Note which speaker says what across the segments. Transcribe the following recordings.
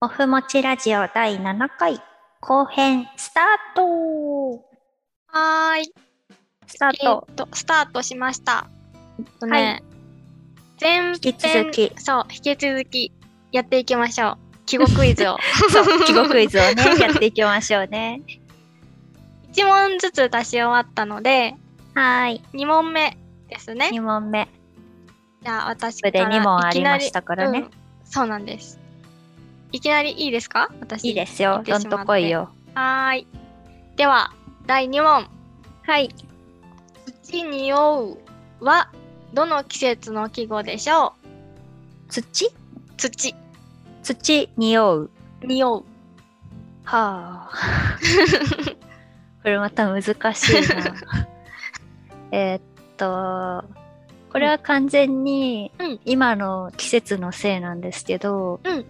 Speaker 1: オフもちラジオ第7回後編スタート
Speaker 2: はーい。
Speaker 1: スタート、
Speaker 2: えーっとスタートしました。えっとね、
Speaker 1: はい
Speaker 2: 前
Speaker 1: 引き続
Speaker 2: 編
Speaker 1: き
Speaker 2: そう引き続きやっていきましょう。記号クイズを
Speaker 1: そう記号クイズをねやっていきましょうね
Speaker 2: 一問ずつ出し終わったので
Speaker 1: はーい
Speaker 2: 二問目ですね。
Speaker 1: 2問目
Speaker 2: じゃあ私か
Speaker 1: これで
Speaker 2: ら
Speaker 1: 2問あ
Speaker 2: い
Speaker 1: り
Speaker 2: きな
Speaker 1: ましたから
Speaker 2: う
Speaker 1: ね
Speaker 2: んそうなんです。いきなりいいですか？私
Speaker 1: いいですよ
Speaker 2: 行って
Speaker 1: ど
Speaker 2: しま
Speaker 1: ん
Speaker 2: って
Speaker 1: とこいよ
Speaker 2: はーい。では第二問。
Speaker 1: はい
Speaker 2: 土におうはどの季節の季語でしょ
Speaker 1: 土
Speaker 2: う？土
Speaker 1: 土匂う
Speaker 2: におう。
Speaker 1: はあ これまた難しい なえーっとこれは完全に
Speaker 2: うん
Speaker 1: 今の季節のせいなんですけど、
Speaker 2: うん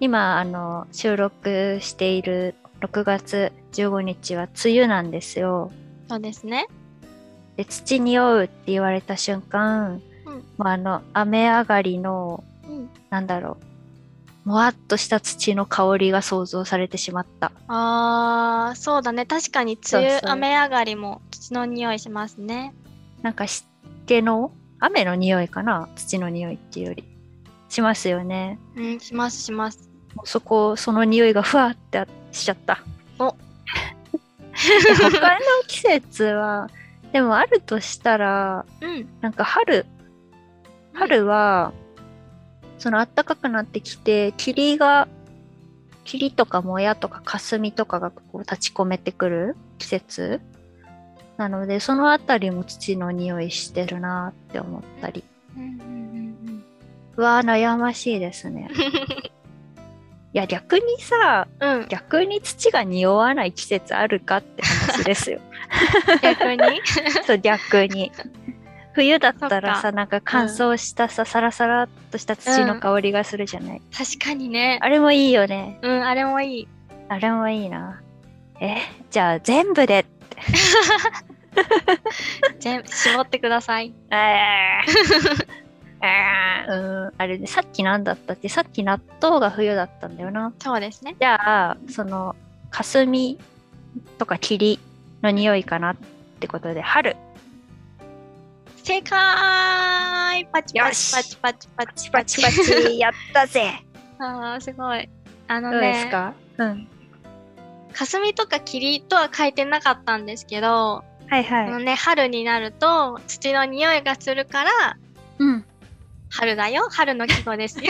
Speaker 1: 今あの収録している6月15日は梅雨なんですよ。
Speaker 2: そうですね。
Speaker 1: で土に酔うって言われた瞬間、
Speaker 2: うん
Speaker 1: もうあの雨上がりの
Speaker 2: うん。
Speaker 1: なんだろうもわっとした土の香りが想像されてしまった。
Speaker 2: あーそうだね確かに梅雨
Speaker 1: そうそう
Speaker 2: 雨上がりも土の匂いしますね
Speaker 1: なんか湿気の雨の匂いかな土の匂いっていうよりしますよね
Speaker 2: うんしますします
Speaker 1: もうそこその匂いがふわってしちゃった
Speaker 2: お
Speaker 1: で他の季節はでもあるとしたら
Speaker 2: うん
Speaker 1: なんか春春はその暖かくなってきて霧が霧とかもやとか霞とかがこう立ち込めてくる季節なのでそのあたりも土の匂いしてるなって思ったり
Speaker 2: うんうんうん
Speaker 1: うわー悩ましいですねいや逆にさ
Speaker 2: うんうん
Speaker 1: 逆に土が匂わない季節あるかって話です よ
Speaker 2: 逆に
Speaker 1: そう逆に冬だったら
Speaker 2: そ
Speaker 1: さなんか乾燥したさ、サラサラっとした土の香りがするじゃない、
Speaker 2: 確かにね
Speaker 1: あれもいいよね
Speaker 2: うんあれもいい
Speaker 1: あれもいいなえじゃあ全部で
Speaker 2: 全絞ってください
Speaker 1: えー えーうんあれでさっき何だったってさっき納豆が冬だったんだよな
Speaker 2: そうですね
Speaker 1: じゃあその霞とか霧の匂いかなってことで春
Speaker 2: 正解パチパ
Speaker 1: よし
Speaker 2: チパチパチパチ
Speaker 1: パチパチやったぜ
Speaker 2: あーすごいあ
Speaker 1: ど
Speaker 2: の
Speaker 1: うです
Speaker 2: ね
Speaker 1: かうん
Speaker 2: 霞とか霧とは書いてなかったんですけど、
Speaker 1: はい
Speaker 2: あの
Speaker 1: はい
Speaker 2: ね春になると土の匂いがするから
Speaker 1: うん
Speaker 2: 春だよ春の季語で すよ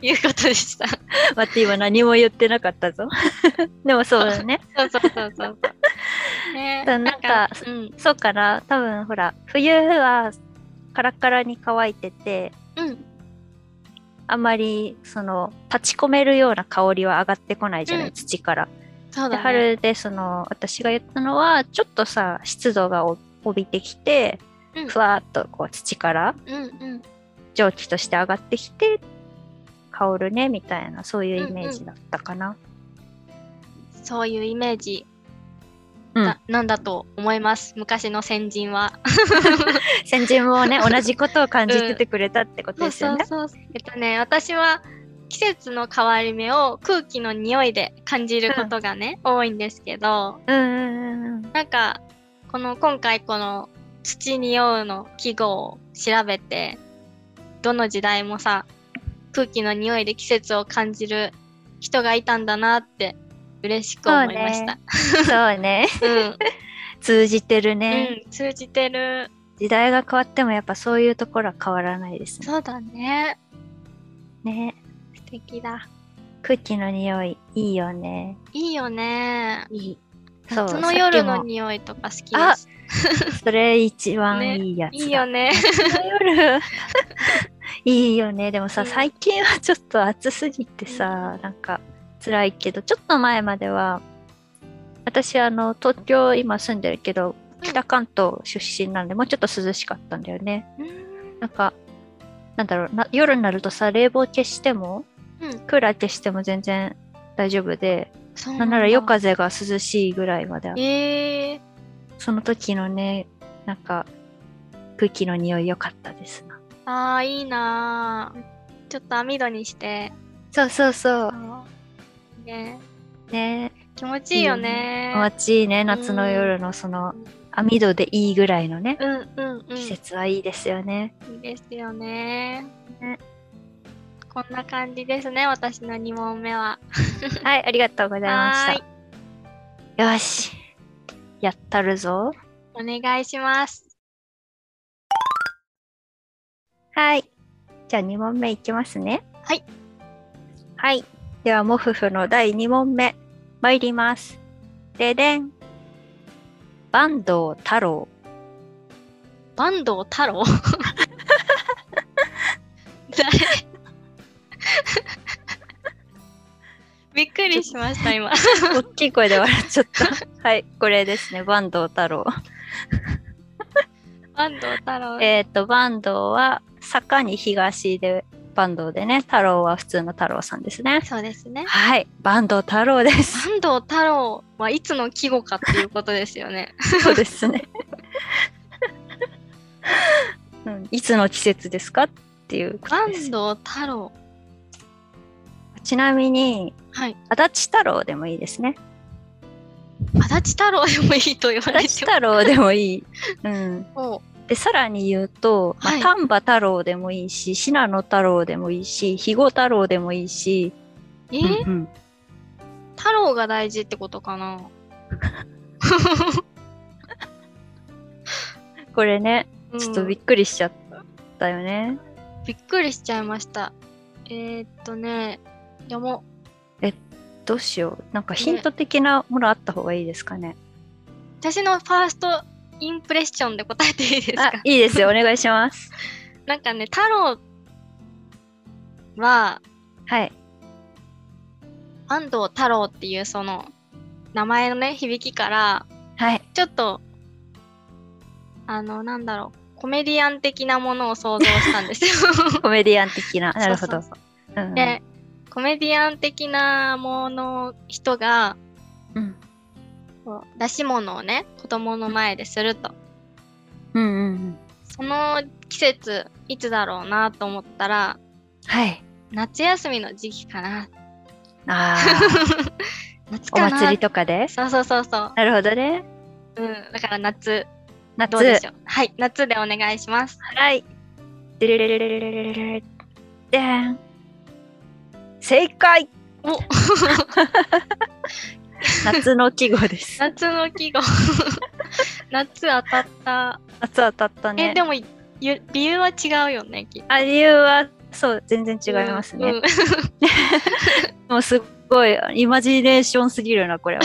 Speaker 2: いうことでしたそ
Speaker 1: 待って今何も言ってなかったぞ でもそうだ ね
Speaker 2: うそうそうそうね
Speaker 1: だなんか
Speaker 2: うん
Speaker 1: そうかな多分ほら冬はカラカラに乾いてて
Speaker 2: うん
Speaker 1: あんまりその立ち込めるような香りは上がってこないじゃない、
Speaker 2: うん
Speaker 1: 土から。
Speaker 2: そう
Speaker 1: で
Speaker 2: だね
Speaker 1: 春でその私が言ったのはちょっとさ湿度がお帯びてきて、
Speaker 2: うん
Speaker 1: ふわっとこう土から
Speaker 2: うんうん
Speaker 1: 蒸気として上がってきて香るねみたいなそういうイメージだったかな。
Speaker 2: そういうイメージ
Speaker 1: うん
Speaker 2: だ、なんだと思います昔の先人は
Speaker 1: 先人も ね同じことを感じててくれたってことですよね。
Speaker 2: そうそうえっとね私は季節の変わり目を空気の匂いで感じることがね、多いんですけど
Speaker 1: うんうんうんうん
Speaker 2: なんかこの今回この「土に酔う」の季語を調べてどの時代もさ空気の匂いで季節を感じる人がいたんだなって嬉しく思いました。
Speaker 1: そうね
Speaker 2: うん
Speaker 1: 通じてるね。
Speaker 2: うん、通じてる
Speaker 1: 時代が変わってもやっぱそういうところは変わらないですね。
Speaker 2: そうだね
Speaker 1: ね
Speaker 2: 素敵だ
Speaker 1: 空気の匂いいいよね。
Speaker 2: いいよね
Speaker 1: いい。そう
Speaker 2: 夏の夜の
Speaker 1: さっきも
Speaker 2: 匂いとか好きだし
Speaker 1: それ一番
Speaker 2: ね
Speaker 1: いいやつだ。
Speaker 2: いいよね
Speaker 1: 夏の夜 いいよね。でもさ、
Speaker 2: うん
Speaker 1: 最近はちょっと暑すぎてさ、なんか辛いけど、ちょっと前までは、私あの東京今住んでるけど、
Speaker 2: うん
Speaker 1: 北関東出身なんで、もうちょっと涼しかったんだよね。
Speaker 2: うん
Speaker 1: なんか、なんだろうな、夜になるとさ、冷房消しても、
Speaker 2: うん
Speaker 1: クーラー消しても全然大丈夫で、
Speaker 2: そう
Speaker 1: なんなら夜風が涼しいぐらいまであっ
Speaker 2: えー、
Speaker 1: その時のね、なんか、空気の匂い良かったですな。
Speaker 2: あーいいなーちょっと網戸にして
Speaker 1: そうそうそう。
Speaker 2: そうね
Speaker 1: ね
Speaker 2: 気持ちいいよね。
Speaker 1: 気持ちいいね、夏の夜のその網戸でいいぐらいのね、
Speaker 2: うんうんうん。
Speaker 1: 季節はいいですよね。
Speaker 2: いいですよね
Speaker 1: ね
Speaker 2: こんな感じですね、私の2問目は。
Speaker 1: はい、ありがとうございました。よし。やったるぞ。
Speaker 2: はーい、お願いします。
Speaker 1: はい。じゃあ2問目いきますね。
Speaker 2: はい。
Speaker 1: はい。では、モフフの第2問目、参ります。ででん。坂東太郎。
Speaker 2: 坂東太郎誰 びっくりしました、
Speaker 1: 大
Speaker 2: 今。
Speaker 1: きい声で笑っちゃった。はい、これですね、坂東太郎。
Speaker 2: 坂東太郎。
Speaker 1: えっ、と、坂東は坂に東で、坂東でね、太郎は普通の太郎さんですね。
Speaker 2: そうですね。
Speaker 1: はい、坂東太郎 です。
Speaker 2: 坂東太郎はいつの季語かっていうことですよね。
Speaker 1: そうですね、うん。いつの季節ですかっていうこと
Speaker 2: 坂
Speaker 1: です
Speaker 2: 東。太郎。
Speaker 1: ちなみに、
Speaker 2: はい。
Speaker 1: 足立太郎でもいいですね。
Speaker 2: 足立太郎でもいいと言われ
Speaker 1: 足
Speaker 2: てま
Speaker 1: 立
Speaker 2: す。
Speaker 1: 太郎でもいい。うん、
Speaker 2: も
Speaker 1: でさらに言うと、まあ
Speaker 2: はい
Speaker 1: 丹波太郎でもいいし信濃太郎でもいいし肥後太郎でもいいし、
Speaker 2: うえ
Speaker 1: うん
Speaker 2: ー
Speaker 1: うん
Speaker 2: 太郎が大事ってことか な
Speaker 1: これね
Speaker 2: うん
Speaker 1: ちょっとびっくりしちゃったよね。
Speaker 2: びっくりしちゃいましたえー、っとねでも
Speaker 1: どうしようなんかヒント的なものあった方がいいですかね。
Speaker 2: 私のファーストインプレッションで答えていいです
Speaker 1: あ
Speaker 2: か
Speaker 1: いいですよお願いします。
Speaker 2: なんかね太郎は
Speaker 1: はい
Speaker 2: 安藤太郎っていうその名前のね響きから
Speaker 1: はい
Speaker 2: ちょっとあのなんだろうコメディアン的なものを想像したんですよ
Speaker 1: コメディアン的ななるほ
Speaker 2: そう
Speaker 1: ど
Speaker 2: そう。そう
Speaker 1: うん
Speaker 2: でコメディアン的なもの人が
Speaker 1: うん
Speaker 2: こう出し物をね子供の前ですると
Speaker 1: うんうんうん
Speaker 2: その季節いつだろうなと思ったら
Speaker 1: はい。
Speaker 2: 夏休みの時期かな
Speaker 1: あ
Speaker 2: 夏
Speaker 1: あお
Speaker 2: かな
Speaker 1: 祭りとかで
Speaker 2: そうそうそうそう
Speaker 1: なるほどね。
Speaker 2: うんだから夏
Speaker 1: 夏
Speaker 2: どうでしょうはい夏でお願い します
Speaker 1: はい。でれれれれれれれれれでーん。正解
Speaker 2: お
Speaker 1: 夏の季語です。
Speaker 2: 夏の季語 夏当たった
Speaker 1: 夏当たった
Speaker 2: え
Speaker 1: ね。
Speaker 2: でもゆ理由は違うよねきっと
Speaker 1: あ理由はそう全然違いますね。
Speaker 2: うんうん
Speaker 1: もうすっごいイマジネーションすぎるなこ れは。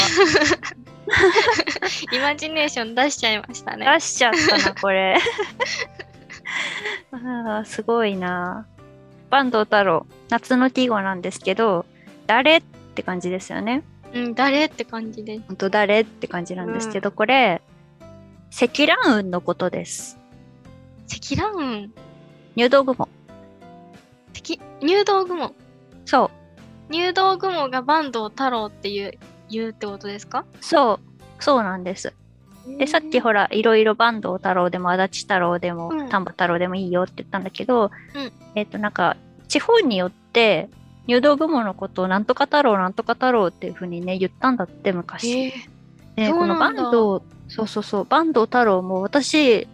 Speaker 2: イマジネーション出しちゃいましたね
Speaker 1: 出しちゃったなこれ。 あーすごいな。坂東太郎夏の季語なんですけど誰って感じですよね。
Speaker 2: うん誰って感じです
Speaker 1: 本当誰って感じなんですけど、これ積乱雲のことです
Speaker 2: 積乱雲
Speaker 1: 入道雲
Speaker 2: 積入道雲
Speaker 1: そう
Speaker 2: 入道雲が坂東太郎っていう言うってことですか
Speaker 1: そうそうなんですでさっきほらいろいろ坂東太郎でも足立太郎でも
Speaker 2: うん
Speaker 1: 丹波太郎でもいいよって言ったんだけど、
Speaker 2: うん
Speaker 1: えっ、となんか地方によって入道雲のことをなんとか太郎なんとか太郎っていうふうにね言ったんだって昔、
Speaker 2: えー
Speaker 1: ね、
Speaker 2: そ
Speaker 1: こ
Speaker 2: う
Speaker 1: の
Speaker 2: な
Speaker 1: 坂
Speaker 2: んだ
Speaker 1: 東そうそうそう坂東太郎も私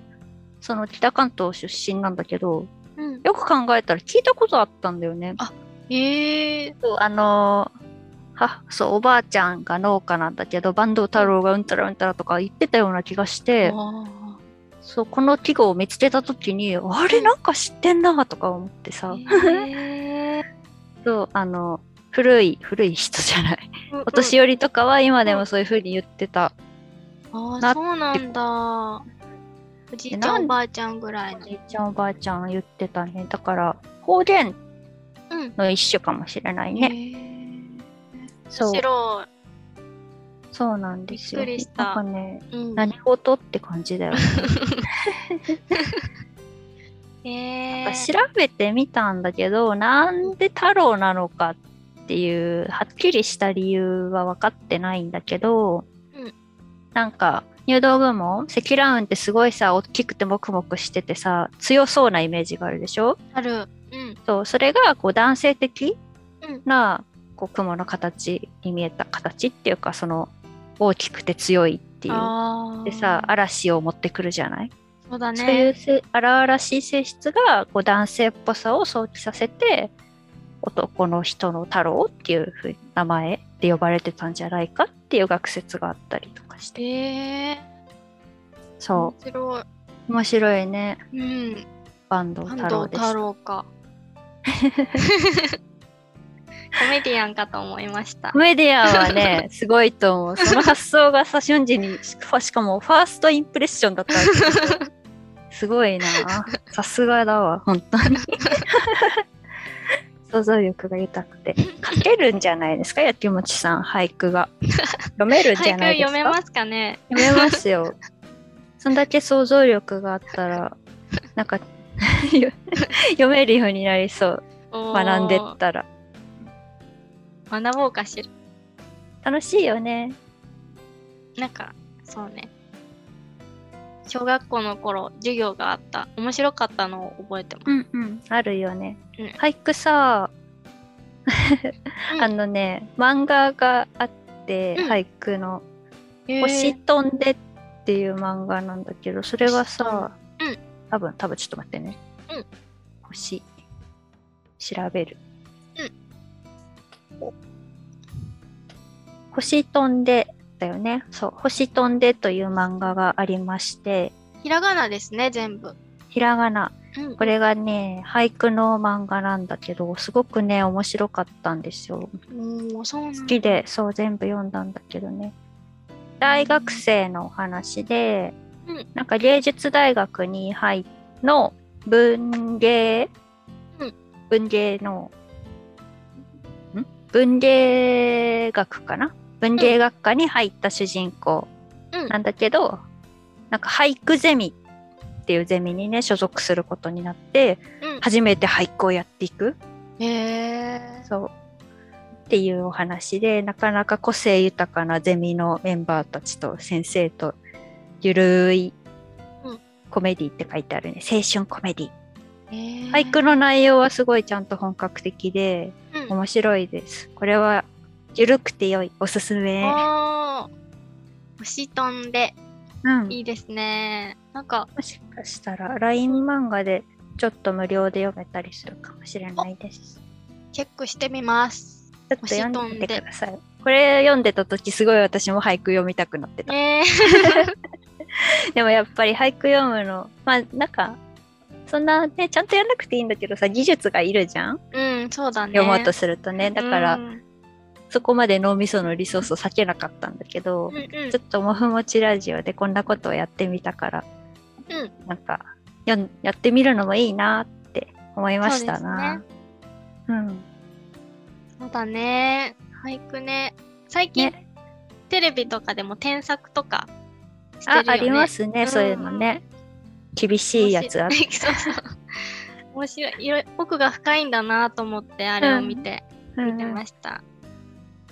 Speaker 1: その北関東出身なんだけど
Speaker 2: うん、
Speaker 1: よく考えたら聞いたことあったんだよね
Speaker 2: えー、
Speaker 1: そうあのーはそうおばあちゃんが農家なんだけど坂東太郎がうんたらうんたらとか言ってたような気がして
Speaker 2: あ
Speaker 1: そうこの季語を見つけた時にあれなんか知ってんなとか思って さ、
Speaker 2: ーえ
Speaker 1: そうあの古い古い人じゃない
Speaker 2: ー、
Speaker 1: お年
Speaker 2: よ
Speaker 1: 寄りとかは今でもそういう風に言ってた、な
Speaker 2: あー
Speaker 1: って
Speaker 2: そうなんだおじいち
Speaker 1: な
Speaker 2: ゃ
Speaker 1: ん
Speaker 2: んおばあちゃんぐらい
Speaker 1: お
Speaker 2: の
Speaker 1: じいちゃんおばあちゃんは言ってたねだから方言
Speaker 2: うん
Speaker 1: の一種かもしれないね、
Speaker 2: えー、
Speaker 1: そう
Speaker 2: 白
Speaker 1: そうなんですよ
Speaker 2: びっくりした
Speaker 1: なんかね
Speaker 2: い、うん、
Speaker 1: 何事って感じだよね
Speaker 2: え
Speaker 1: なんか調
Speaker 2: ー、
Speaker 1: べてみたんだけどなんで太郎なのかっていうはっきりした理由は分かってないんだけど、
Speaker 2: うん
Speaker 1: なんか入道雲積乱雲ってすごいさ大きくてもくもくしててさ強そうなイメージがあるでしょ
Speaker 2: あるうん
Speaker 1: そうそれがこう男性的な、こう雲の形に見えた形っていうかその大きくて強いっていう
Speaker 2: あー
Speaker 1: でさ嵐を持ってくるじゃない、
Speaker 2: そうだ
Speaker 1: そういう
Speaker 2: ね。
Speaker 1: せ荒々しい性質がこう男性っぽさを想起させて男の人の太郎っていうふうに名前で呼ばれてたんじゃないかっていう学説があったりとかして
Speaker 2: ええー、
Speaker 1: そ
Speaker 2: 面白い。
Speaker 1: う面白いね
Speaker 2: うん。
Speaker 1: 坂東
Speaker 2: 安
Speaker 1: 太郎
Speaker 2: 藤
Speaker 1: で
Speaker 2: 太
Speaker 1: す
Speaker 2: 郎か。コメディアンかと思い ました
Speaker 1: コ。メディアンはねすごいと思うその発想がさ瞬時にししかもファーストインプレッションだったわけ すごいな。さすがだわ、本当 に。想像力が豊くて。書けるんじゃないですか、やきもちさん、俳句 が。読めるんじゃ
Speaker 2: 俳句
Speaker 1: ないですか。
Speaker 2: 読めますかね
Speaker 1: 読めますよ。 そんだけ想像力があったら、なんか、 よ読めるようになりそう。学んで
Speaker 2: おー
Speaker 1: ったら。
Speaker 2: 学ぼうかしら。
Speaker 1: 楽しいよね。
Speaker 2: なんか、そうね。小学校の頃、授業があった。面白かったのを覚えてます。
Speaker 1: うんうん。あるよね。
Speaker 2: うん
Speaker 1: 俳句さ、
Speaker 2: う ん
Speaker 1: あのね、漫画があって、
Speaker 2: うん
Speaker 1: 俳句の。
Speaker 2: へー
Speaker 1: 星飛んでっていう漫画なんだけど、それがさ、
Speaker 2: 星飛んで
Speaker 1: 多分、多分ちょっと待ってね。
Speaker 2: うん
Speaker 1: 星、調べる。星飛んでだよね。そう、星飛んでという漫画がありまして、
Speaker 2: ひらがなですね、全部。
Speaker 1: ひらがな。
Speaker 2: うん
Speaker 1: これがね、俳句の漫画なんだけど、すごくね、面白かったんですよ。
Speaker 2: おお、そうなんだ
Speaker 1: 好きでそう全部読んだんだけどね大学生のお話で、
Speaker 2: うん
Speaker 1: なんか芸術大学に入っの文芸、
Speaker 2: うん
Speaker 1: 文芸のん文芸学かな文芸学科に入った主人公
Speaker 2: うん
Speaker 1: なんだけど、なんか俳句ゼミっていうゼミにね所属することになって
Speaker 2: うん
Speaker 1: 初めて俳句をやっていく
Speaker 2: へえ。
Speaker 1: そう。っていうお話で、なかなか個性豊かなゼミのメンバーたちと先生と、ゆるい
Speaker 2: うん
Speaker 1: コメディって書いてあるね。青春コメディ。俳
Speaker 2: 俳
Speaker 1: 句の内容はすごいちゃんと本格的で、
Speaker 2: うん、
Speaker 1: 面白いです。これは、ゆるくて良い。おすすめ。
Speaker 2: おー星飛んで
Speaker 1: うん。
Speaker 2: いいですね。なんか
Speaker 1: もしかしたら、LINE 漫画でちょっと無料で読めたりするかもしれないです。
Speaker 2: チェックしてみます。
Speaker 1: ちょっと読んでみ
Speaker 2: 星飛
Speaker 1: て
Speaker 2: ん
Speaker 1: ください。これ読んでた時すごい私も俳句読みたくなってた。
Speaker 2: ね
Speaker 1: でもやっぱり俳句読むのまあなんかそんなねちゃんとやんなくていいんだけどさ技術がいるじゃん、
Speaker 2: え。うん、そうだね。
Speaker 1: 読もうとするとねだから、
Speaker 2: うん
Speaker 1: そこまで脳みそのリソースを避けなかったんだけど、
Speaker 2: うんうん
Speaker 1: ちょっともふもちラジオでこんなことをやってみたから、
Speaker 2: うん
Speaker 1: なんかやんやってみるのもいいなって思いました
Speaker 2: そう
Speaker 1: なう,、
Speaker 2: そうだね。俳句ね。最
Speaker 1: ん
Speaker 2: 近、
Speaker 1: ね
Speaker 2: テレビとかでも添削とかしてる
Speaker 1: あ
Speaker 2: よね。
Speaker 1: ありますね、
Speaker 2: うん
Speaker 1: そういうのね厳しいやつあっ
Speaker 2: 面白い そうそう。面白いいろい。奥が深いんだなと思って、あれを見て、
Speaker 1: うん
Speaker 2: 見てました。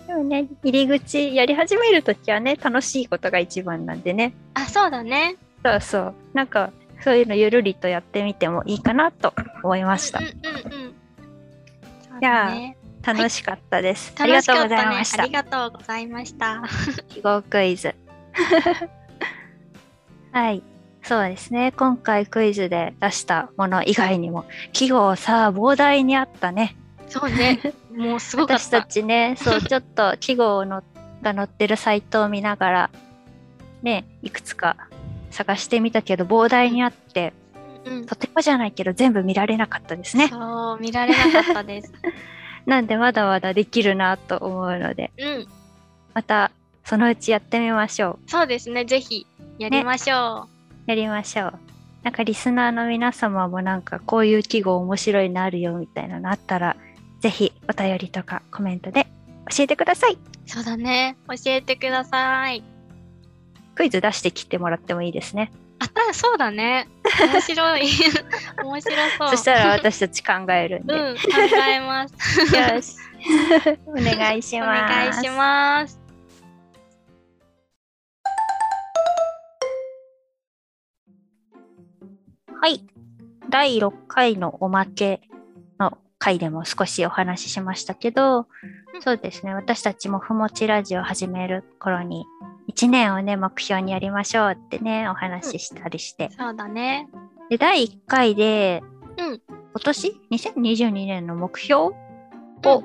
Speaker 1: でもね入り口やり始めるときはね楽しいことが一番なんでね
Speaker 2: あ、そうだね。
Speaker 1: そうそう。なんか、そういうのゆるりとやってみてもいいかなと思いました
Speaker 2: うん。うんうんうん。そう
Speaker 1: じゃ
Speaker 2: だ
Speaker 1: あ
Speaker 2: ね
Speaker 1: 楽しかったです。あり
Speaker 2: 楽
Speaker 1: が
Speaker 2: し
Speaker 1: とうご
Speaker 2: かっ
Speaker 1: ざい
Speaker 2: たね
Speaker 1: まし。
Speaker 2: あ
Speaker 1: た
Speaker 2: り。がとうございました。
Speaker 1: 記号クイズ。 はい。そうですね。今回クイズで出したもの以外にも、記号さ、膨大にあったね。
Speaker 2: そう ね。もうすごかっ
Speaker 1: 私た
Speaker 2: た。
Speaker 1: ちね、そう、ちょっと記号のが載ってるサイトを見ながら、ね、いくつか探してみたけど、膨大にあって、
Speaker 2: うん、
Speaker 1: とてもじゃないけど全部見られなかったですね。
Speaker 2: そう、見られなかったです。
Speaker 1: なんでまだまだできるなと思うので、
Speaker 2: うん、
Speaker 1: またそのうちやってみましょう。
Speaker 2: そうですね。ぜひやりましょ
Speaker 1: やりましょう。なんかリスナーの皆様もなんかこういう記号面白いのあるよみたいなのあったら、ぜひお便りとかコメントで教えてください。
Speaker 2: う。そうだね。教えてください。
Speaker 1: クイズ出してきてもらってもいいですね。
Speaker 2: あた、そうだね。面白い。 面白そう。
Speaker 1: そしたら私たち考えるんで。よ
Speaker 2: うん、考 えます。
Speaker 1: し。お願いし
Speaker 2: お
Speaker 1: ます。
Speaker 2: 願いします。
Speaker 1: はい。第6回のおまけの回でも少しお話ししましたけど、そうですね、私たちもふもちラジオ始める頃に、1年をね、目標にやりましょうってね、お話ししたりして。
Speaker 2: そうだね。
Speaker 1: で、第1回で、
Speaker 2: うん
Speaker 1: 今年 ?2022 年の目標
Speaker 2: お、
Speaker 1: を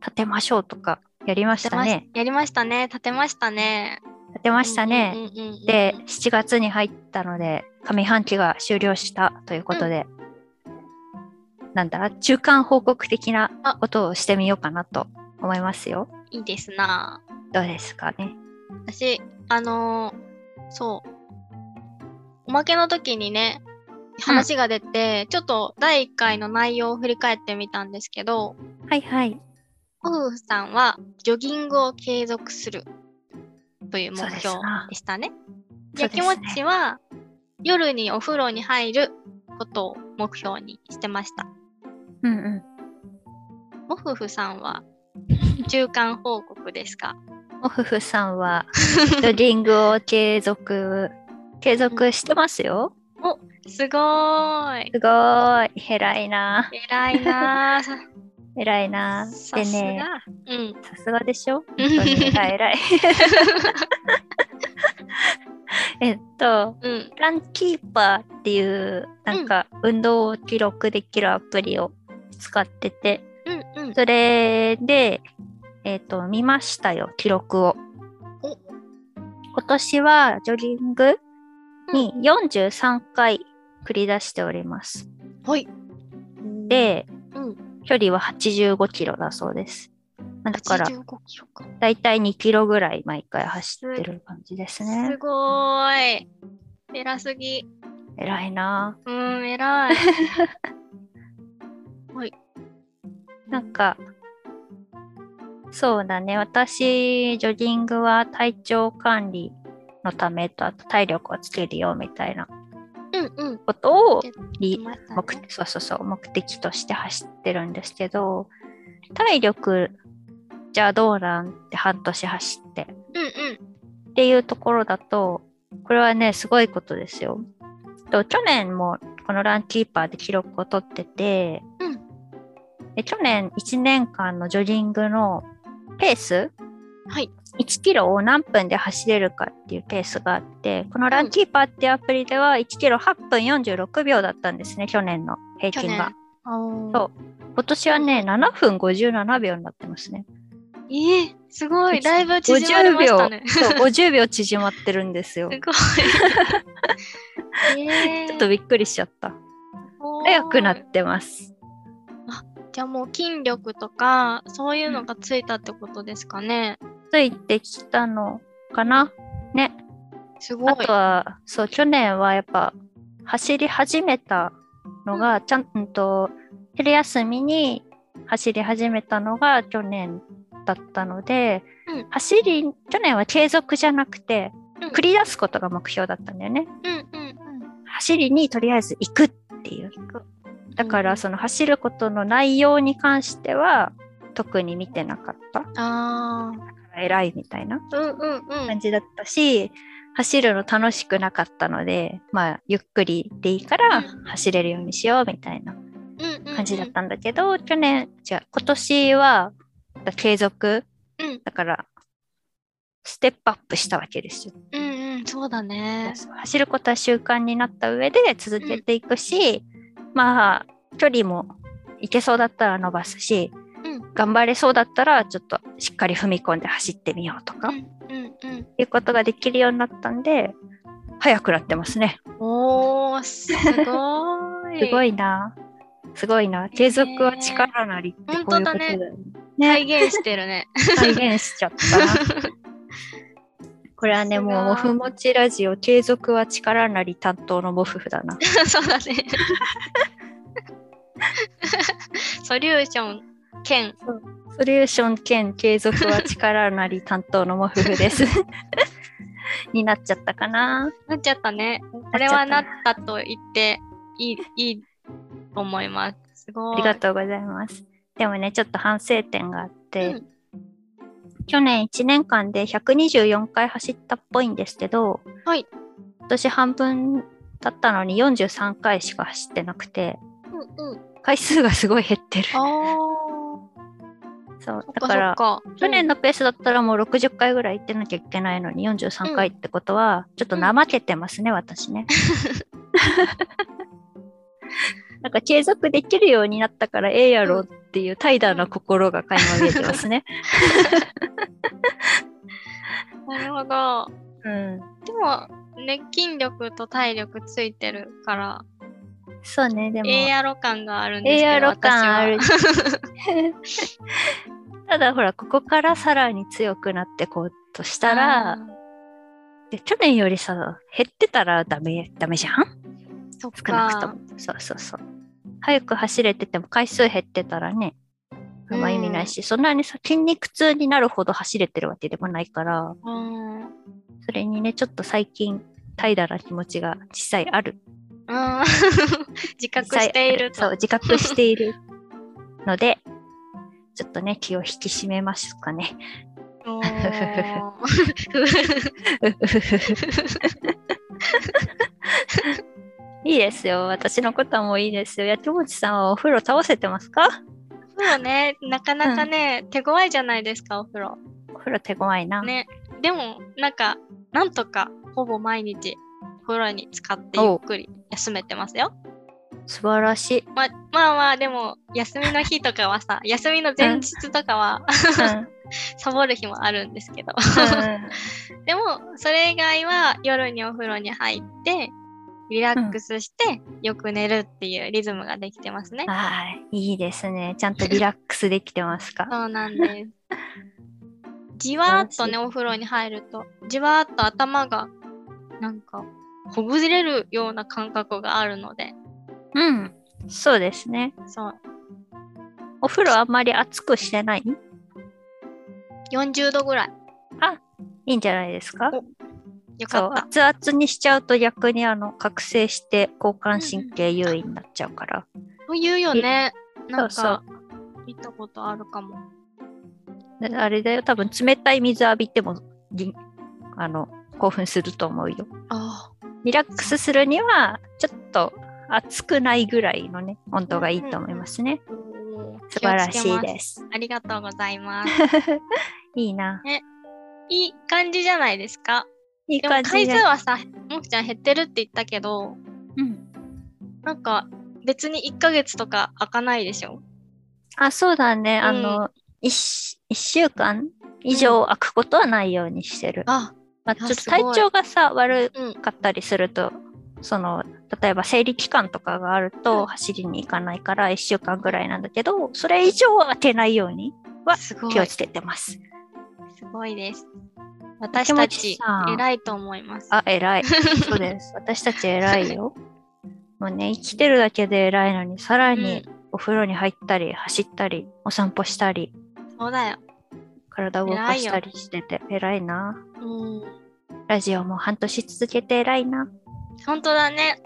Speaker 1: 立てましょうとか、やりまし
Speaker 2: 立て
Speaker 1: た
Speaker 2: まし
Speaker 1: ね。
Speaker 2: やりましたね。立てましたね。
Speaker 1: 立てましたね。
Speaker 2: うんうんうんうん
Speaker 1: で、7月に入ったので、上半期が終了したということで、なんだ、中間報告的なことをしてみようかなと思いますよ。
Speaker 2: いいですな。
Speaker 1: どうですかね。
Speaker 2: 私、あのーそう。おまけの時にね、話が出て、ちょっと第1回の内容を振り返ってみたんですけど、
Speaker 1: はいはい。
Speaker 2: 夫婦さんはジョギングを継続するという目
Speaker 1: そ
Speaker 2: 標
Speaker 1: うですな
Speaker 2: でしたね。
Speaker 1: そう
Speaker 2: や
Speaker 1: で
Speaker 2: き
Speaker 1: すね
Speaker 2: もちは夜にお風呂に入ることを目標にしてました。
Speaker 1: うんうん。
Speaker 2: もふふさんは中間報告です か
Speaker 1: おふふさんは、ジョギングを継 続、継続してますよ。
Speaker 2: すごーい
Speaker 1: すごーい。偉いな。
Speaker 2: 偉いな ーさ
Speaker 1: 偉いな。
Speaker 2: さ
Speaker 1: ですね、
Speaker 2: が。うん。
Speaker 1: さすがでし ょ本当に偉い 偉い。えっと、
Speaker 2: うん。
Speaker 1: ランキーパーっていうなんか運動を記録できるアプリを使ってて、
Speaker 2: うん。うん。
Speaker 1: それで、えっと見ましたよ記録を
Speaker 2: お
Speaker 1: 今年はジョギングに43回繰り出しております、
Speaker 2: はい。
Speaker 1: で、
Speaker 2: うん
Speaker 1: 距離は85キロだそうですだから
Speaker 2: 85キロか。
Speaker 1: だいたい2キロぐらい毎回走ってる感じですね
Speaker 2: すごーい。偉すぎ。
Speaker 1: 偉いなぁ
Speaker 2: うー ん、偉い。
Speaker 1: なんか、そうだね。私、ジョギングは体調管理のためと、あと体力をつけるよみたいな
Speaker 2: うんうん。
Speaker 1: ことを
Speaker 2: やっ
Speaker 1: り
Speaker 2: ましたね
Speaker 1: 目、そうそうそう、目的として走ってるんですけど、体力じゃあどうなんって半年走って
Speaker 2: うんうん。
Speaker 1: っていうところだと、これはね、すごいことですよ。と去年もこのランキーパーで記録を取ってて、
Speaker 2: うん
Speaker 1: で去年1年間のジョギングのペース、
Speaker 2: はい
Speaker 1: 1キロを何分で走れるかっていうペースがあって、このランキーパーっていうアプリでは1キロ8分46秒だったんですね、去年の平
Speaker 2: 去
Speaker 1: 均
Speaker 2: 年。
Speaker 1: が。
Speaker 2: そ
Speaker 1: そう今年はね、7分57秒になってますね。
Speaker 2: う。えー、すごい。
Speaker 1: 50
Speaker 2: だいぶ縮まりましたね。す
Speaker 1: そう50秒縮まってるんです よ。
Speaker 2: ごい。えー、
Speaker 1: ちょっとびっくりしちゃった。早くなってます。
Speaker 2: じゃあもう筋力とかそういうのがついたってことですかね。
Speaker 1: ついてきたのかなね。
Speaker 2: すごい。
Speaker 1: あとは、そう、去年はやっぱ走り始めたのが、ちゃんと昼休みに走り始めたのが去年だったので、
Speaker 2: うん
Speaker 1: 走り、去年は継続じゃなくて、
Speaker 2: うん
Speaker 1: 繰り出すことが目標だったんだよね。
Speaker 2: うんうん
Speaker 1: 走りにとりあえず行くっていう。
Speaker 2: うん。
Speaker 1: だから、その走ることの内容に関しては、特に見てなかった。
Speaker 2: ああ。
Speaker 1: 偉いみたいな。
Speaker 2: うんうんう
Speaker 1: 感
Speaker 2: ん。
Speaker 1: じだったし、走るの楽しくなかったので、まあ、ゆっくりでいいから
Speaker 2: うん
Speaker 1: 走れるようにしようみたいな
Speaker 2: うんうん
Speaker 1: 感じだっ。たんだけど、去年、じゃ今年は継続、
Speaker 2: うん
Speaker 1: だから、ステップアップしたわけですよ。
Speaker 2: うんうん。そうだね。
Speaker 1: 走ることは習慣になった上で続けていくし、まあ、距離もいけそうだったら伸ばすし、
Speaker 2: うん
Speaker 1: 頑張れそうだったら、ちょっとしっかり踏み込んで走ってみようとか
Speaker 2: う、んうんうん。
Speaker 1: いうことができるようになったんで、早くなってますね。
Speaker 2: おー、すごい。
Speaker 1: すご
Speaker 2: い。
Speaker 1: いな。すごいな。継続は力なりってこういうことだよね。
Speaker 2: 再現してるね。
Speaker 1: 再現しちゃ ったな。これはね、
Speaker 2: さす
Speaker 1: も
Speaker 2: が
Speaker 1: う、もふもちラジオ、継続は力なり担当のモフフだ な。
Speaker 2: そうだね。ソリューション兼
Speaker 1: ソリューション兼継続は力なり担当のモフフ です。 になっちゃったかな。
Speaker 2: なっちゃったね。
Speaker 1: こ
Speaker 2: これはなったと言っていい、いいと思います。すごい。
Speaker 1: ありがとうございます。でもね、ちょっと反省点があって、
Speaker 2: うん
Speaker 1: 去年1年間で124回走ったっぽいんですけど、
Speaker 2: はい
Speaker 1: 今年半分だったのに43回しか走ってなくて、
Speaker 2: うんうん。
Speaker 1: 回数がすごい減ってる。
Speaker 2: あ
Speaker 1: そう
Speaker 2: あ。
Speaker 1: だから、
Speaker 2: そっか
Speaker 1: 去年のペースだったらもう60回ぐらい行ってなきゃいけないのに43回ってことは、ちょっと怠けてますね、私ね。なんか継続できるようになったからええやろっていう怠惰な心が垣間見えてますね。
Speaker 2: うんなるほど。
Speaker 1: うん。
Speaker 2: でも、ね、筋力と体力ついてるから、
Speaker 1: そうね、でも。
Speaker 2: エアロ感があるんです
Speaker 1: 栄
Speaker 2: けど、
Speaker 1: 養路感ある
Speaker 2: 私は。
Speaker 1: ただほらここからさらに強くなってこうとした
Speaker 2: あ
Speaker 1: ら
Speaker 2: ー、
Speaker 1: で去年よりさ減ってたらダメダメじゃん
Speaker 2: そっか
Speaker 1: 少なくともそうそうそう早く走れてても回数減ってたらねあんま意味ないし、そんなにさ筋肉痛になるほど走れてるわけでもないから
Speaker 2: うん。うん。
Speaker 1: それにねちょっと最近怠惰な気持ちが実際ある
Speaker 2: 自覚している
Speaker 1: そう
Speaker 2: と。
Speaker 1: 自覚しているのでちょっとね気を引き締めますか ね
Speaker 2: おー
Speaker 1: いいですよ。私のことはもういいですよ。やきもちさんはお風呂倒せてますか
Speaker 2: そうね、なかなかね、手強いじゃないですか、お風呂。
Speaker 1: お風呂手強いな。
Speaker 2: ね。でも、なんか、なんとか、ほぼ毎日、お風呂に使ってゆっくり休めてますよ。
Speaker 1: 素晴らしい。
Speaker 2: ままあまあでも休みの日とかはさ 休みの前日とかは
Speaker 1: うん
Speaker 2: サボる日もあるんですけど でもそれ以外は夜にお風呂に入ってリラックスしてよく寝るっていうリズムができてますね。
Speaker 1: はい。いいですね。ちゃんとリラックスできてますか。
Speaker 2: そうなんです。じわーっとねお風呂に入るとじわーっと頭がなんかほぐれるような感覚があるので
Speaker 1: うん。そうですね。
Speaker 2: そう
Speaker 1: お風呂あんまり熱くしてない
Speaker 2: 40度ぐらい
Speaker 1: いいんじゃないですか
Speaker 2: よか
Speaker 1: そう
Speaker 2: っ。た。
Speaker 1: 熱々にしちゃうと逆にあの覚醒して交感神経優位になっちゃうから。
Speaker 2: そういうよねなん
Speaker 1: そうそう
Speaker 2: か見たことあるかも。
Speaker 1: であれだよ。多分冷たい水浴びても、ぎあの、興奮すると思うよ。
Speaker 2: あ
Speaker 1: リラックスするには、ちょっと暑くないぐらいのね、温度がいいと思いますね。
Speaker 2: あ、
Speaker 1: 素晴らしい
Speaker 2: す。
Speaker 1: です。
Speaker 2: ありがとうござ います。
Speaker 1: いいな。
Speaker 2: いい感じじゃないですか。
Speaker 1: いい
Speaker 2: でも
Speaker 1: 感
Speaker 2: 回
Speaker 1: じ
Speaker 2: 数
Speaker 1: だ。
Speaker 2: はさ、もきちゃん減ってるって言ったけど、
Speaker 1: うん、
Speaker 2: なんか別に1ヶ月とか開かないでしょ。
Speaker 1: あ、そうだね。
Speaker 2: ん
Speaker 1: あの、一一週間以上空くことはないようにしてる。
Speaker 2: あ、
Speaker 1: まあ、ちょっと
Speaker 2: すごい
Speaker 1: 体調がさ、悪
Speaker 2: うん。
Speaker 1: かったりすると、その、例えば生理期間とかがある
Speaker 2: うん
Speaker 1: と走りに行かないから1週間ぐらいなんだけど、それ以上は空けないようにわ
Speaker 2: すごい
Speaker 1: 気。をつけてます。
Speaker 2: すごいです。私た
Speaker 1: 気持ち
Speaker 2: ち
Speaker 1: さ、
Speaker 2: 偉いと思います。
Speaker 1: あ、偉い。そう です。私たち偉いよ。もうね、生きてるだけで偉いのに、さらにお風呂に入ったり、走ったり、お散歩したり、
Speaker 2: そうだよ。
Speaker 1: 体を動かしたりしてて、偉いな。
Speaker 2: うん。
Speaker 1: ラジオも半年続けて偉いな。
Speaker 2: 本当だね。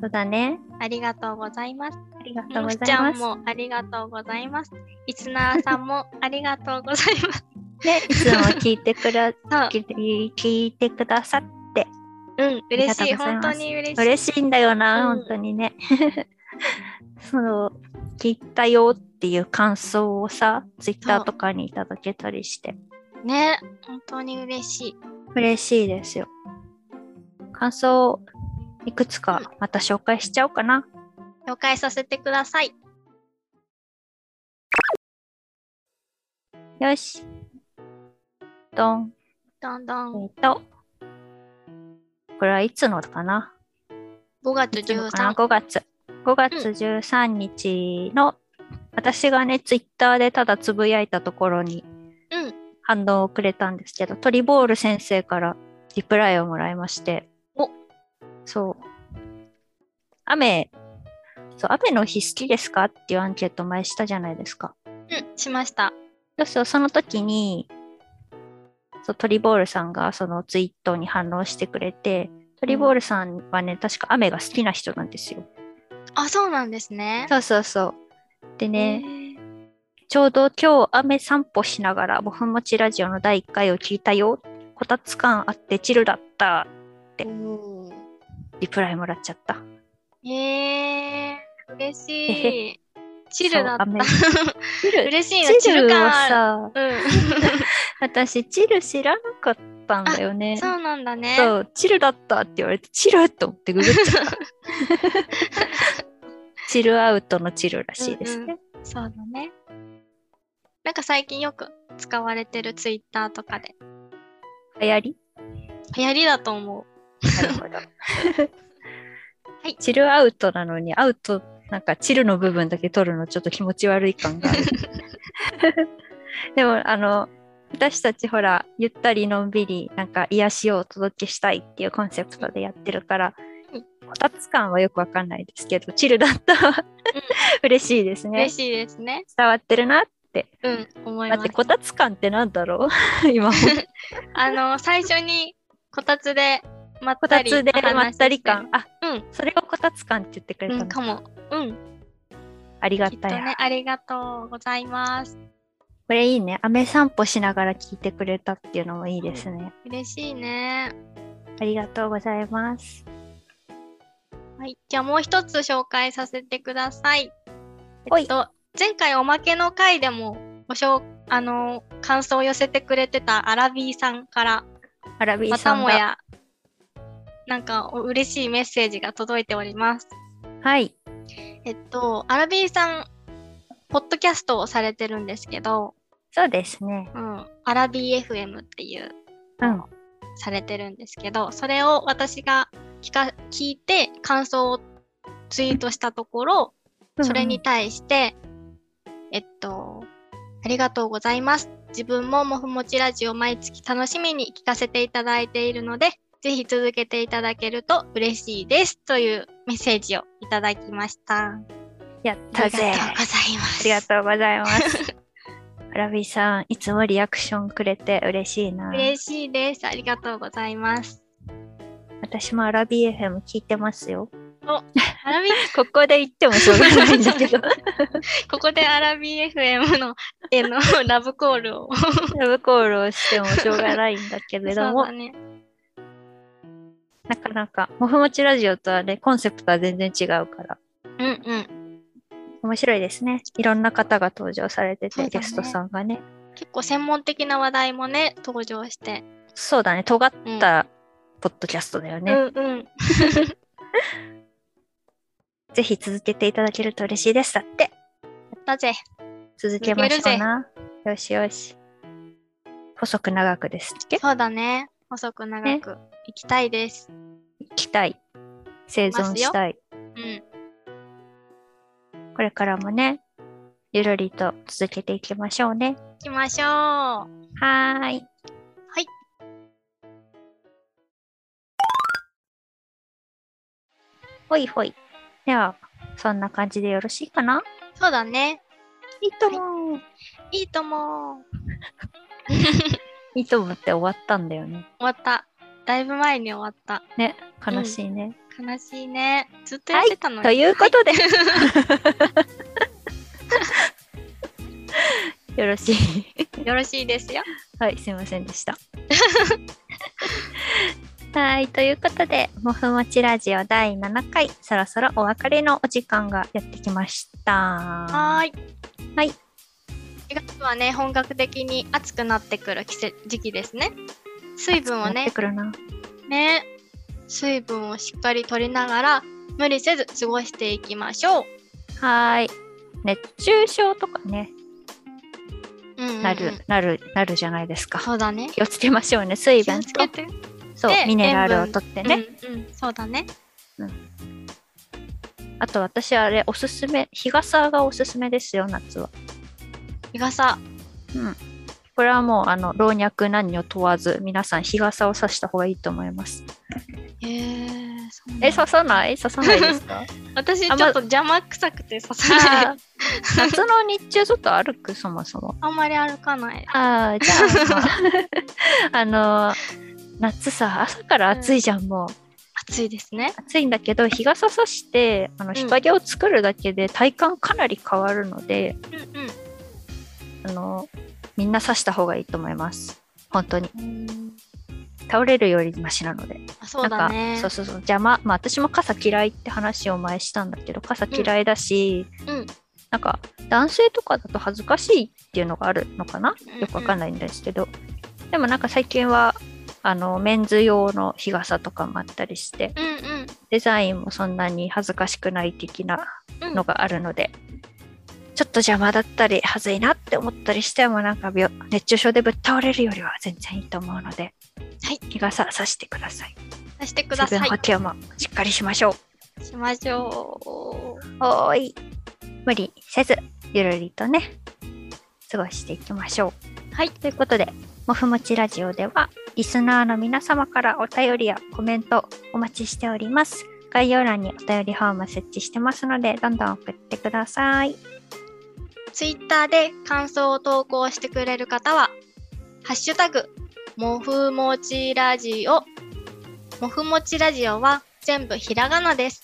Speaker 1: そうだね。
Speaker 2: ありがとうございます。
Speaker 1: ありがとう
Speaker 2: も
Speaker 1: ござ
Speaker 2: き
Speaker 1: い
Speaker 2: ちゃ
Speaker 1: ま
Speaker 2: ん
Speaker 1: す。
Speaker 2: もありがとうございます。リスナーさんもありがとうござい ます。
Speaker 1: ね、いつも聞いてく だ、
Speaker 2: そう
Speaker 1: 聞い聞いてくださっ
Speaker 2: うん、嬉し
Speaker 1: あり
Speaker 2: い。
Speaker 1: がとうござい
Speaker 2: 本
Speaker 1: ます
Speaker 2: 当に嬉しい。
Speaker 1: 嬉しいんだよな、
Speaker 2: うん
Speaker 1: 本当にね。 その、聞いたよっていう感想をさ、ツイッターとかにいただけたりして。
Speaker 2: ね、本当に嬉しい。
Speaker 1: 嬉しいですよ。感想をいくつかまた紹介しちゃおうかな。
Speaker 2: 紹介させてください。
Speaker 1: よし。どん。
Speaker 2: どんど
Speaker 1: え
Speaker 2: ん。
Speaker 1: っと。これはいつのかな
Speaker 2: 5月
Speaker 1: いつの
Speaker 2: 13
Speaker 1: かな
Speaker 2: 日。
Speaker 1: ?5 月。5月13日の、私がね、ツイッターでただつぶやいたところに
Speaker 2: うん。
Speaker 1: 反応をくれたんですけど、トリボール先生からリプライをもらいまして、
Speaker 2: お
Speaker 1: そう。雨、そう、雨の日好きですかっていうアンケート前したじゃないですか。
Speaker 2: うん。しました。
Speaker 1: そうそう、その時に、そう、トリボールさんがそのツイートに反応してくれて、トリボールさんはね、確か雨が好きな人なんですよ。
Speaker 2: あ、そうなんですね。
Speaker 1: そうそうそう。で
Speaker 2: う
Speaker 1: ね、。ちょうど今日雨散歩しながら、もふもちラジオの第1回を聞いたよ。こたつ感あってチルだった。
Speaker 2: おー
Speaker 1: リプライもらっちゃった。
Speaker 2: へえ嬉し い。チル
Speaker 1: そう
Speaker 2: だっ
Speaker 1: 雨
Speaker 2: た。
Speaker 1: チル
Speaker 2: 嬉しいな、チ
Speaker 1: チ
Speaker 2: ル
Speaker 1: ルは
Speaker 2: 感あ
Speaker 1: さ
Speaker 2: る。
Speaker 1: 私チル知らなかったんだよ
Speaker 2: う
Speaker 1: ね
Speaker 2: ん。そうなんだね。
Speaker 1: そうチルだったって言われてチルと思ってググっちゃったチルアウトのチルらしいですね、
Speaker 2: そうだね。なんか最近よく使われてるツイッターとかで。
Speaker 1: 流行り
Speaker 2: 流行りだと思う。
Speaker 1: なるほどはいチルアウトなのにアウトなんかチルの部分だけ取るのちょっと気持ち悪い感があ るでもあの私たちほらゆったりのんびりなんか癒しをお届けしたいっていうコンセプトでやってるから
Speaker 2: うん
Speaker 1: こたつ感はよくわかんないですけどチルだったは嬉しいですね
Speaker 2: 嬉しいですね。
Speaker 1: 伝わってるな
Speaker 2: うん、思い
Speaker 1: だ
Speaker 2: ま
Speaker 1: っ
Speaker 2: す
Speaker 1: て。こたつ感ってなんだろ う今も
Speaker 2: あの、最初にこたつでまっ
Speaker 1: こ
Speaker 2: た
Speaker 1: た
Speaker 2: り
Speaker 1: つで
Speaker 2: お話しして
Speaker 1: まったり感。あ、
Speaker 2: うん
Speaker 1: それをこたつ感って言ってくれた
Speaker 2: う
Speaker 1: の、
Speaker 2: ん、かも。うん、
Speaker 1: ありが
Speaker 2: きったと
Speaker 1: い、
Speaker 2: ね、ありがとうございます。
Speaker 1: これいいね雨散歩しながら聞いてくれたっていうのもいいですね、
Speaker 2: 嬉しいね。
Speaker 1: ありがとうございます
Speaker 2: はい、じゃあもう一つ紹介させてください。
Speaker 1: ほい
Speaker 2: えっと、前回おまけの回でもごしょあのー感想を寄せてくれてたアラビーさんから
Speaker 1: アラビー
Speaker 2: ま
Speaker 1: さ
Speaker 2: た
Speaker 1: ん
Speaker 2: も
Speaker 1: が
Speaker 2: やなんかお嬉しいメッセージが届いております。
Speaker 1: はい
Speaker 2: えっとアラビーさんポッドキャストをされてるんですけど、
Speaker 1: そうですね
Speaker 2: うん、アラビー FM っていう
Speaker 1: うん
Speaker 2: されてるんですけどそれを私が聞か聞いて感想をツイートしたところそれに対して、えっと、ありがとうございます。自分ももふもちラジオ毎月楽しみに聞かせていただいているので、ぜひ続けていただけると嬉しいです。というメッセージをいただきました。
Speaker 1: やっ
Speaker 2: あ
Speaker 1: た
Speaker 2: りがとうござ
Speaker 1: ぜ
Speaker 2: い
Speaker 1: あ
Speaker 2: ます。
Speaker 1: りがとうございます アラビーさんいつもリアクションくれて嬉しいな
Speaker 2: 嬉しいです。ありがとうございます。
Speaker 1: 私もアラビー FM 聞いてますよ
Speaker 2: アラビ
Speaker 1: ここで言ってもしょうがないんだけど
Speaker 2: ここでアラビー FM の、へ のラブコールを。
Speaker 1: ラブコールをしてもしょうがないんだけれど
Speaker 2: そう
Speaker 1: も
Speaker 2: だね。
Speaker 1: なかなか、もふもちラジオとはね、コンセプトは全然違うから、
Speaker 2: うんうん。
Speaker 1: 面白いですね。いろんな方が登場されて
Speaker 2: そう
Speaker 1: て、
Speaker 2: だね
Speaker 1: ゲストさんがね。
Speaker 2: 結構専門的な話題もね、登場して。
Speaker 1: そうだね、尖っ
Speaker 2: うん
Speaker 1: たポッドキャストだよね。
Speaker 2: うんうん。
Speaker 1: ぜひ続けていただけると嬉しいです。だって、
Speaker 2: やったぜ。
Speaker 1: 続けましょうな。よしよし。細く長くですっけ
Speaker 2: そうだね。細く長く行きたいです。
Speaker 1: 生きたい。生存したい。
Speaker 2: うん。
Speaker 1: これからもね、ゆるりと続けていきましょうね。
Speaker 2: 行きましょう。は
Speaker 1: はーい。
Speaker 2: い。
Speaker 1: ほいほい。では、そんな感じでよろしいかな
Speaker 2: そうだね。
Speaker 1: いいと思う。
Speaker 2: いいとも。
Speaker 1: いいと思って終わったんだよね。
Speaker 2: 終わった。だいぶ前に終わった。
Speaker 1: ね、悲しいね。
Speaker 2: 悲しいね。ずっとやってたのに。
Speaker 1: ということで、 よろしい。
Speaker 2: はいよろしいですよ。
Speaker 1: はい、すいませんでした。 はい、ということで、もふもちラジオ第7回、そろそろお別れのお時間がやってきました。
Speaker 2: はーい。
Speaker 1: はい。
Speaker 2: 4月はね、本格的に暑くなってくる季節時期ですね。水分を
Speaker 1: やって
Speaker 2: ね、
Speaker 1: くるな。
Speaker 2: ね、水分をしっかりとりながら、無理せず過ごしていきましょう。
Speaker 1: はーい。熱中症とかね、
Speaker 2: うんうんうん
Speaker 1: なる、なる、なるじゃないですか。
Speaker 2: そうだね。
Speaker 1: 気をつけましょうね。水
Speaker 2: 気を
Speaker 1: 分
Speaker 2: つけ
Speaker 1: と、
Speaker 2: て。
Speaker 1: そう
Speaker 2: で、
Speaker 1: ミネラルを
Speaker 2: 塩分
Speaker 1: とってね。
Speaker 2: うんうん、そうだね。
Speaker 1: あと私あれ、おすすめ、日傘がおすすめですよ、夏は。
Speaker 2: 日傘、
Speaker 1: うん。これはもう、あの、老若男女問わず、皆さん日傘を差した方がいいと思います。
Speaker 2: えー、そうなんだ
Speaker 1: え、刺さない刺さないですか
Speaker 2: 私ちょ
Speaker 1: あ
Speaker 2: っ
Speaker 1: ま
Speaker 2: と邪魔くさくて刺さない。
Speaker 1: あー 夏の日中ちょっと歩く、そもそも。
Speaker 2: あんまり歩かない。
Speaker 1: ああ、じゃ あ、まあ、あの夏さ、朝から暑いじゃん、もう。
Speaker 2: 暑いですね。
Speaker 1: 暑いんだけど、日傘さして、あの、日陰を作るだけで体感かなり変わるので、
Speaker 2: う
Speaker 1: あの、みんな刺した方がいいと思います。本当に。
Speaker 2: んうん。
Speaker 1: 倒れるよりマシなので。
Speaker 2: あそうだ
Speaker 1: なん
Speaker 2: ね
Speaker 1: か、そうそうそう、邪魔。まあ私も傘嫌いって話を前したんだけど、傘嫌いだし、
Speaker 2: うんうん
Speaker 1: なんか男性とかだと恥ずかしいっていうのがあるのかな
Speaker 2: うんうん
Speaker 1: よくわかんないんですけど。でもなんか最近は、あの、メンズ用の日傘とかもあったりして、
Speaker 2: うんうん
Speaker 1: デザインもそんなに恥ずかしくない的な
Speaker 2: うん
Speaker 1: のがあるので、ちょっと邪魔だったり、はずいなって思ったりしても、なんか病熱中症でぶっ倒れるよりは全然いいと思うので、
Speaker 2: はい
Speaker 1: 日傘さしてください。
Speaker 2: さしてくださ
Speaker 1: 水分補
Speaker 2: い
Speaker 1: 給もしっかりしましょう。
Speaker 2: しましょう
Speaker 1: おーい。無理せず、ゆるりとね、過ごしていきましょう。
Speaker 2: はい
Speaker 1: ということで、もふもちラジオでは、リスナーの皆様からお便りやコメントお待ちしております。概要欄にお便りフォーム設置してますので、どんどん送ってください。
Speaker 2: ツイッターで感想を投稿してくれる方は、ハッシュタグ、もふもちラジオ。もふもちラジオは全部ひらがなです。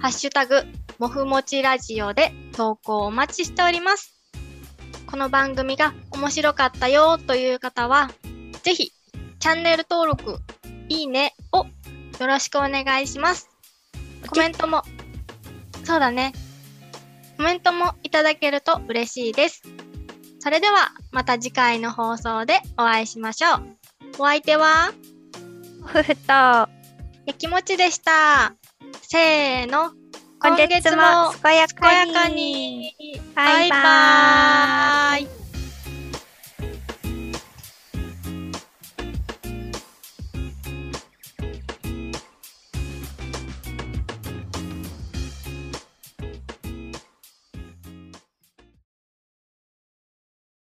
Speaker 2: ハッシュタグ、もふもちラジオで投稿お待ちしております。この番組が面白かったよという方は、ぜひ、チャンネル登録、いいねをよろしくお願いします。コメントも、そうだね、コメントもいただけると嬉しいです。それではまた次回の放送でお会いしましょう。お相手は
Speaker 1: ふふと、
Speaker 2: やきもちでした。せーの、
Speaker 1: 今月も健や
Speaker 2: 健
Speaker 1: か
Speaker 2: やか
Speaker 1: に。
Speaker 2: に。
Speaker 1: バイバーイ
Speaker 2: バイバーイ